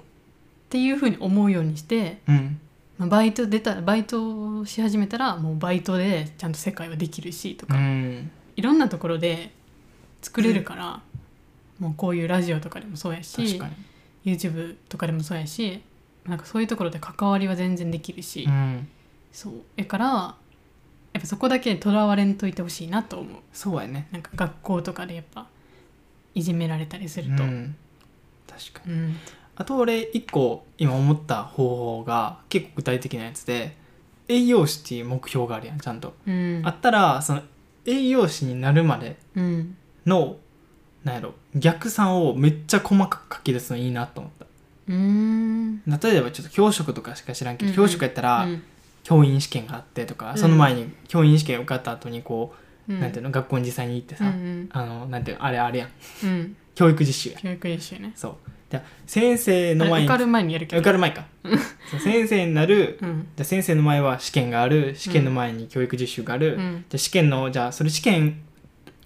S1: ていうふうに思うようにして、
S2: うん
S1: まあ、バイト出たバイトをし始めたらもうバイトでちゃんと世界はできるしと
S2: う
S1: か、
S2: ん
S1: いろんなところで作れるから、もうこういうラジオとかでもそうや
S2: 確
S1: し
S2: かに
S1: YouTube とかでもそうやしなんかそういうところで関わりは全然できるし、
S2: うん
S1: そうやからやっぱそこだけとらわれんといてほしいなと思う
S2: そうやね
S1: なんか学校とかでやっぱいじめられたりすると、
S2: う
S1: うん
S2: ん確かにあと俺一個今思った方法が結構具体的なやつで栄養士っていう目標があるやんちゃんと、
S1: うん
S2: あったらその栄養士になるまで
S1: うん
S2: のなんやろ逆算をめっちゃ細かく書き出すのいいなと思っ
S1: うーん
S2: た例えばちょっと教職とかしか知らんけど、
S1: うんうん
S2: 教職やったら
S1: うん
S2: 教員試験があってとか、
S1: うん
S2: その前に教員試験受かった後にこう、なんていう
S1: の
S2: の学校に実際に行ってさ、
S1: うん
S2: あのなんていうのあれあれやん
S1: うん、うん、
S2: 教育実習や
S1: 教育実習ね
S2: そうじゃあ先生
S1: あ
S2: の
S1: れ
S2: 前に
S1: 受かる前にやるけど
S2: 受かる前かそう先生になる
S1: うん
S2: じゃあ先生の前は試験がある試験の前に教育実習がある、
S1: う
S2: じゃ
S1: ん
S2: あ試験のじゃあそれ試験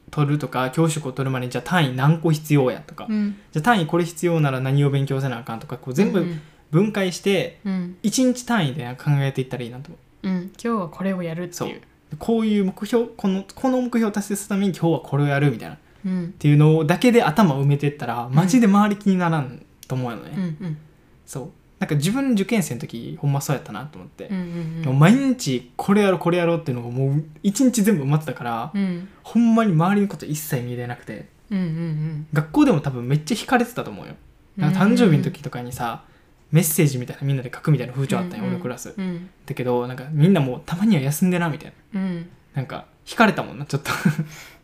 S2: 取るとか教職を取るまでにじゃあ単位何個必要やとか、
S1: うん
S2: じゃあ単位これ必要なら何を勉強せなあかんとかこう全
S1: う
S2: 部
S1: ん
S2: 分解して
S1: うん、
S2: 1日単位で考えていったらいいなと思
S1: うん、今日はこれをやるって
S2: そう
S1: いう
S2: うこういう目標このこの目標を達成するために今日はこれをやるみたいなっ
S1: う、ん
S2: ていうのだけで頭を埋めてったらマジで周り気にならんと思うよね、
S1: うんうん
S2: そうなんか自分受験生の時ほんまそうやったなと思って、
S1: うんうん
S2: もう毎日これやろうこれやろうっていうのがもう一日全部埋まってたから、
S1: うん
S2: ほんまに周りのこと一切見れなくて
S1: うんうん
S2: 学校でも多分めっちゃ惹かれてたと思うよ
S1: うん
S2: なんか誕生日の時とかにさメッセージみたいなみんなで書くみたいな風潮あったんよ、
S1: うんうん
S2: 俺のクラス
S1: うん
S2: だけどなんかみんなもうたまには休んでなみたいな
S1: うん
S2: なんか惹かれたもんなちょっと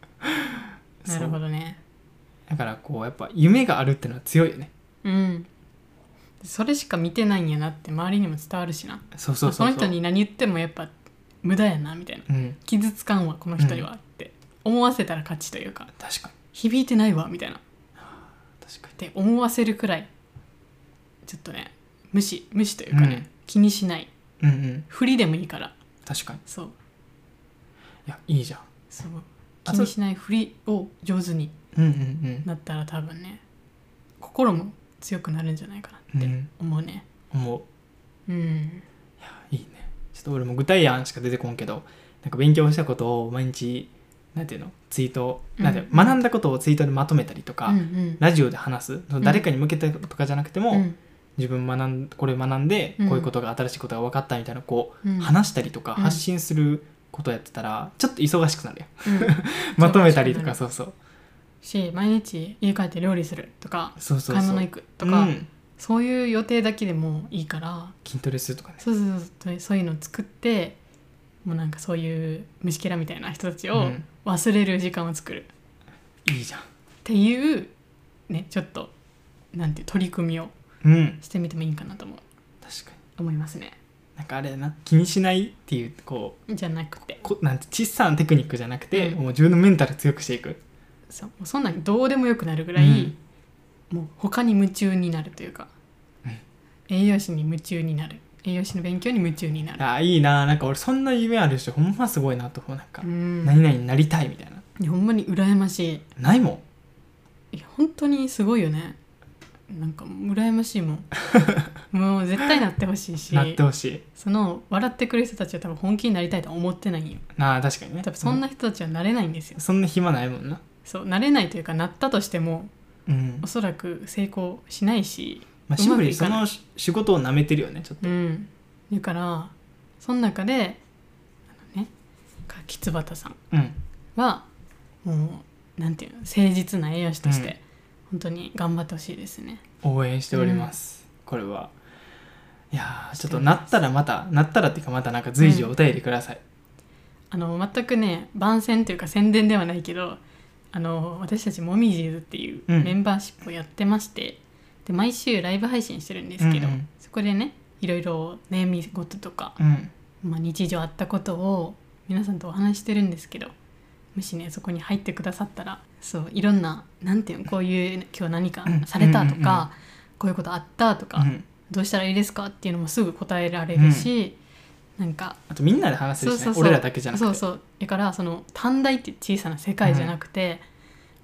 S1: (laughs) なる
S2: そ
S1: ほ
S2: う
S1: どね
S2: だからこうやっぱ夢があるってのは強いよね
S1: うんそれしか見てないんやなって周りにも伝わるしな
S2: そうそうそう
S1: あ
S2: そ
S1: こ
S2: う
S1: の人に何言ってもやっぱ無駄やなみたいな
S2: うん
S1: 傷つかんわこの人にはって思わせたら勝ちというか
S2: 確かに
S1: 響いてないわみたいなっ
S2: 確かに
S1: て思わせるくらいちょっとね無視無視というかね、
S2: うん
S1: 気にしない
S2: うんうん
S1: 振りでもいいから
S2: 確かに
S1: そう
S2: いやいいじゃん
S1: そう
S2: あ
S1: 気にしない振りを上手に
S2: うんうん
S1: なったら多分ね心も強くなるんじゃないか
S2: う
S1: なっ
S2: んう
S1: て
S2: ん
S1: 思うね
S2: 思う
S1: うん
S2: いいねちょっと俺も具体案しか出てこんけどなんか勉強したことを毎日なんていうのツイートなんていうの、
S1: うん
S2: 学んだことをツイートでまとめたりとか、
S1: うんうん
S2: ラジオで話すその
S1: ん
S2: 誰かに向けてとかじゃなくても、
S1: うん
S2: 自分学んこれ学んで、
S1: うん
S2: こういうことが新しいことが分かったみたいなこう、
S1: うん
S2: 話したりとか
S1: うん
S2: 発信することやってたら、ちょっと忙しくなるよ
S1: うん
S2: まとめたりとか
S1: 忙しく
S2: そうそう
S1: し毎日家帰って料理するとか
S2: そうそうそう
S1: 買い物行くとか、
S2: うん
S1: そういう予定だけでもいいから
S2: 筋トレするとかね
S1: そうそうそうそういうのを作ってもうなんかそういう虫けらみたいな人たち
S2: う
S1: を
S2: ん
S1: 忘れる時間を作るっ
S2: いいじゃん
S1: ていうねちょっとなんていう取り組みを
S2: うん
S1: してみてもいいかなとも
S2: 確かに
S1: 思いますね
S2: なんかあれやな気にしないっていうこう
S1: じゃなくて
S2: こなんて小さなテクニックじゃなくて、
S1: うん
S2: もう自分のメンタル強くしていく
S1: そうもうそんなんどうでもよくなるぐらい、もう他に夢中になるというか、
S2: うん
S1: 栄養士に夢中になる栄養士の勉強に夢中になる
S2: あいいななんか俺そんな夢ある人ほんますごいなと思うなんか、
S1: うん
S2: 何々になりたいみたいない
S1: やほんまに羨ましい
S2: ないもん
S1: いや本当にすごいよねなんかもう羨ましいもん
S2: (laughs)
S1: もう絶対なってほしいし
S2: なってほしい
S1: その笑ってくれる人たちは多分本気になりたいとは思ってないよ
S2: なあ確かにね
S1: 多分そんな人たちはなれないんですよ、
S2: うんそんな暇ないもんな
S1: そうなれないというかなったとしても
S2: うん
S1: お、そらく成功しないし
S2: まあ、
S1: う
S2: シ
S1: ま
S2: ンプ
S1: く
S2: ルに
S1: い
S2: そ
S1: かな
S2: の仕事をなめてるよねちょっと
S1: うんだからその中であのね柿椿さん
S2: うん
S1: はもうなんていうの誠実な栄養士として、
S2: うん
S1: 本当に頑張ってほしいですね
S2: 応援しております、これはいやーちょっとなったらまたなったらっていうかまたなんか随時お便りください、
S1: あの全くね番宣というか宣伝ではないけどあの私たちモミジーズっていう
S2: うん
S1: メンバーシップをやってまして、で毎週ライブ配信してるんですけど、
S2: うんうん
S1: そこでねいろいろ悩み事とか、
S2: うん
S1: まあ、日常あったことを皆さんとお話ししてるんですけどもしねそこに入ってくださったらそういろんななんていうのこういう今日何かされたとか、
S2: うんうんうん
S1: こういうことあったとか、
S2: うん
S1: どうしたらいいですかっていうのもすぐ答えられるし、なんか
S2: あとみんなで話せるし、ね、俺らだけじゃなくて
S1: そうそうだからその短大っていう小さな世界じゃなくて、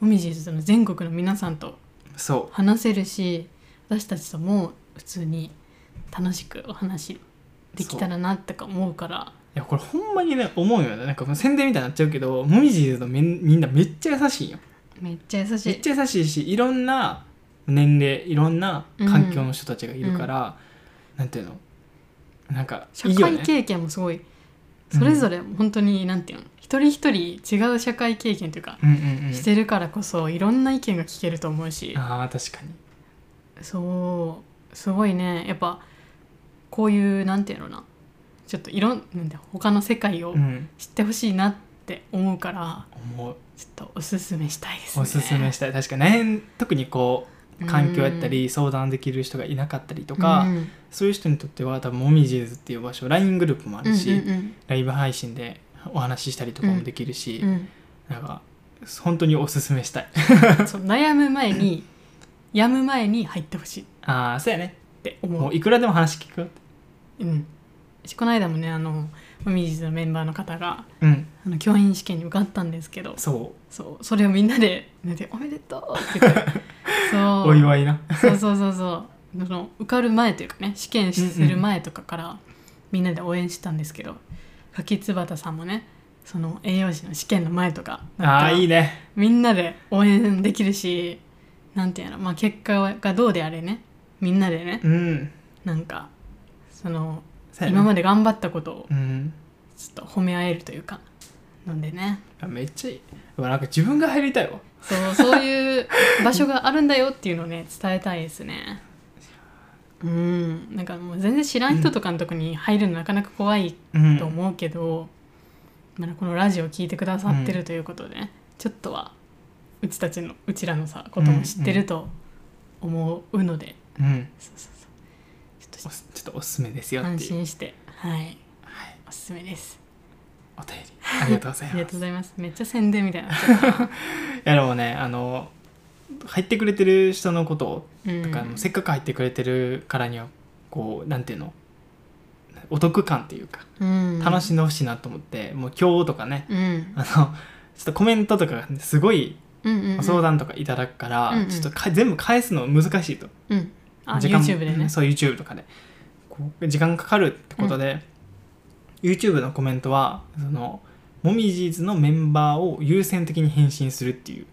S1: もみじーずの全国の皆さんと
S2: そう
S1: 話せるし私たちとも普通に楽しくお話できたらなとか思うから
S2: いやこれほんまにね思うよねなんかもう宣伝みたいになっちゃうけどモミジーズのみんみんなめっちゃ優しいよ
S1: うめっちゃ優し
S2: めっ
S1: い
S2: ちゃ優しいしいろんな年齢いろんな環境の人たちがいるから、なんていうのなんか
S1: 社
S2: いいよ
S1: 会
S2: ね
S1: 経験もすごいそれぞれ本当になんていうの一人一人違う社会経験というか
S2: うんうんうん
S1: してるからこそいろんな意見が聞けると思うし
S2: ああ確かに
S1: そうすごいねやっぱこういうなんていうのかなちょっといろんなんだよ他の世界を
S2: うん
S1: 知ってほしいなって思うから
S2: 思う
S1: ちょっとおすすめしたいですね
S2: おすすめしたい確かに悩ん特にこう環境やったり相談できる人がいなかったりと
S1: と
S2: か、そういう人にとっては多分モミジーズっていう場所 LINE グループもあるし、ライブ配信でお話ししたりとかもできるし、なんか本当におすすめしたい
S1: そう悩む前にやむ前に入ってほしい
S2: ああそうやねって
S1: 思う
S2: もういくらでも話聞くよっ
S1: う
S2: て
S1: ん私この間もねあのもみじずのメンバーの方が
S2: うん
S1: あの教員試験に受かったんですけど
S2: そ
S1: そうそれをみんなで「なんておめでとう!」って言って
S2: (laughs) う
S1: そう
S2: お祝いな
S1: そうそうそうそうその受かる前というかね試験する前とかからみんなで応援してたんですけど柿椿さんもねその栄養士の試験の前とか
S2: あ (laughs) あーいいね
S1: みんなで応援できるしなんていうの、まあ、結果がどうであれねみんなでね
S2: うん
S1: なんかその
S2: そうやね
S1: 今まで頑張ったことを
S2: うん
S1: ちょっと褒め合えるというかなんでね
S2: あめっちゃいいでもなんか自分が入りたいわ
S1: そうそういう場所があるんだよっていうのをね伝えたいですねうんなんかもう全然知らん人とかのとこに入るのなかなか怖い
S2: うん
S1: と思うけど、まだこのラジオ聞いてくださってるということで、ちょっとはうちたちのうちらのさことも知ってると思うので、
S2: うん
S1: そうそうそうち
S2: お
S1: ょっ
S2: すちょっとおすすめですよ
S1: と
S2: っ
S1: 安
S2: ていう
S1: 心してはい
S2: はい
S1: おすすめです
S2: お便り (laughs) ありがとうござい
S1: あり
S2: ま
S1: が
S2: す
S1: とうございますめっちゃ宣伝みたいになっちゃったな、
S2: いやでもねあの入ってくれてる人のことを
S1: うん、
S2: だからもうせっかく入ってくれてるからにはこうなんていうのお得感っていうか
S1: うん
S2: 楽しんでほしいなと思って、もう今日とかね
S1: うん
S2: あのちょっとコメントとかがねすごい
S1: うんうんうん
S2: 相談とかいただくから、
S1: うんうん
S2: ちょっとか全部返すの難しいと
S1: うんあ
S2: 時間
S1: YouTube で
S2: う
S1: ね
S2: んそう YouTube とかでこう時間かかるってことで、YouTube のコメントはそのモミジーズのメンバーを優先的に返信するっていう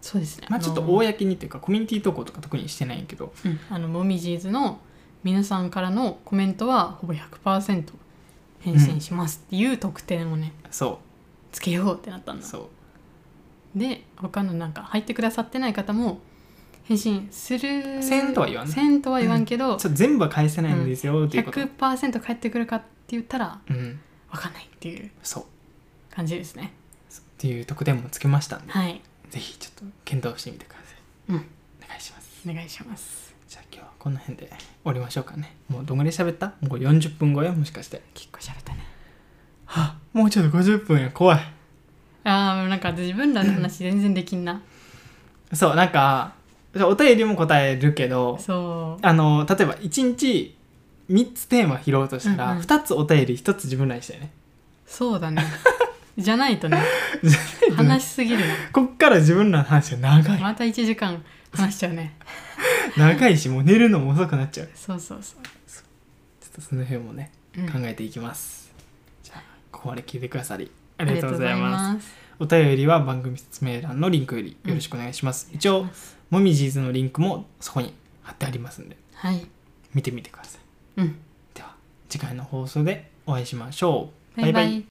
S1: そうですね
S2: まあちょっと
S1: の
S2: 公にっていうかコミュニティ投稿とか特にしてないんやけど
S1: うんあのモミジーズの皆さんからのコメントはほぼ100%返信しますっていう特典をね、
S2: そ
S1: つけようってなったん
S2: う
S1: だ
S2: そう
S1: で他のなんか入ってくださってない方も返信する
S2: せんとは言わんね
S1: せんとは言わんけど、
S2: ちょっと全部は返せないんですよっていうこと、
S1: 100%返ってくるかって言ったら
S2: うん、
S1: わかんないっていう
S2: そうっ
S1: 感じですね
S2: ていう特典もつけましたんで
S1: はい
S2: ぜひちょっと検討してみてください
S1: うん
S2: お願いします
S1: お願いします
S2: じゃあ今日はこの辺で終わりましょうかねもうどんぐらい喋ったもう40分超えもしかして
S1: 結構喋ったね
S2: はあもうちょっと50分や怖い
S1: あーなんか自分らの話全然できんな
S2: そうなんかお便りも答えるけど
S1: そ
S2: あの例えば1日3つテーマ拾おうとした
S1: うんう
S2: ら、
S1: ん
S2: 二2つお便り1つ自分らにしたよね
S1: うそうだ
S2: (laughs)
S1: ねじゃないとね話しすぎるな
S2: こっから自分らの話が長い
S1: また1時間話しちゃうね
S2: 長いしもう寝るのも遅くなっちゃう
S1: そうそうそう、
S2: ちょっとその辺もね
S1: うん
S2: 考えていきます、じゃあここまで聞いてくださりありがとうございます
S1: ありがとうございます
S2: お便りは番組説明欄のリンクよりよろしくお願いします、一応もみじーずのリンクもそこに貼ってありますんで
S1: はい
S2: 見てみてください
S1: うん
S2: では次回の放送でお会いしましょう
S1: バイバイ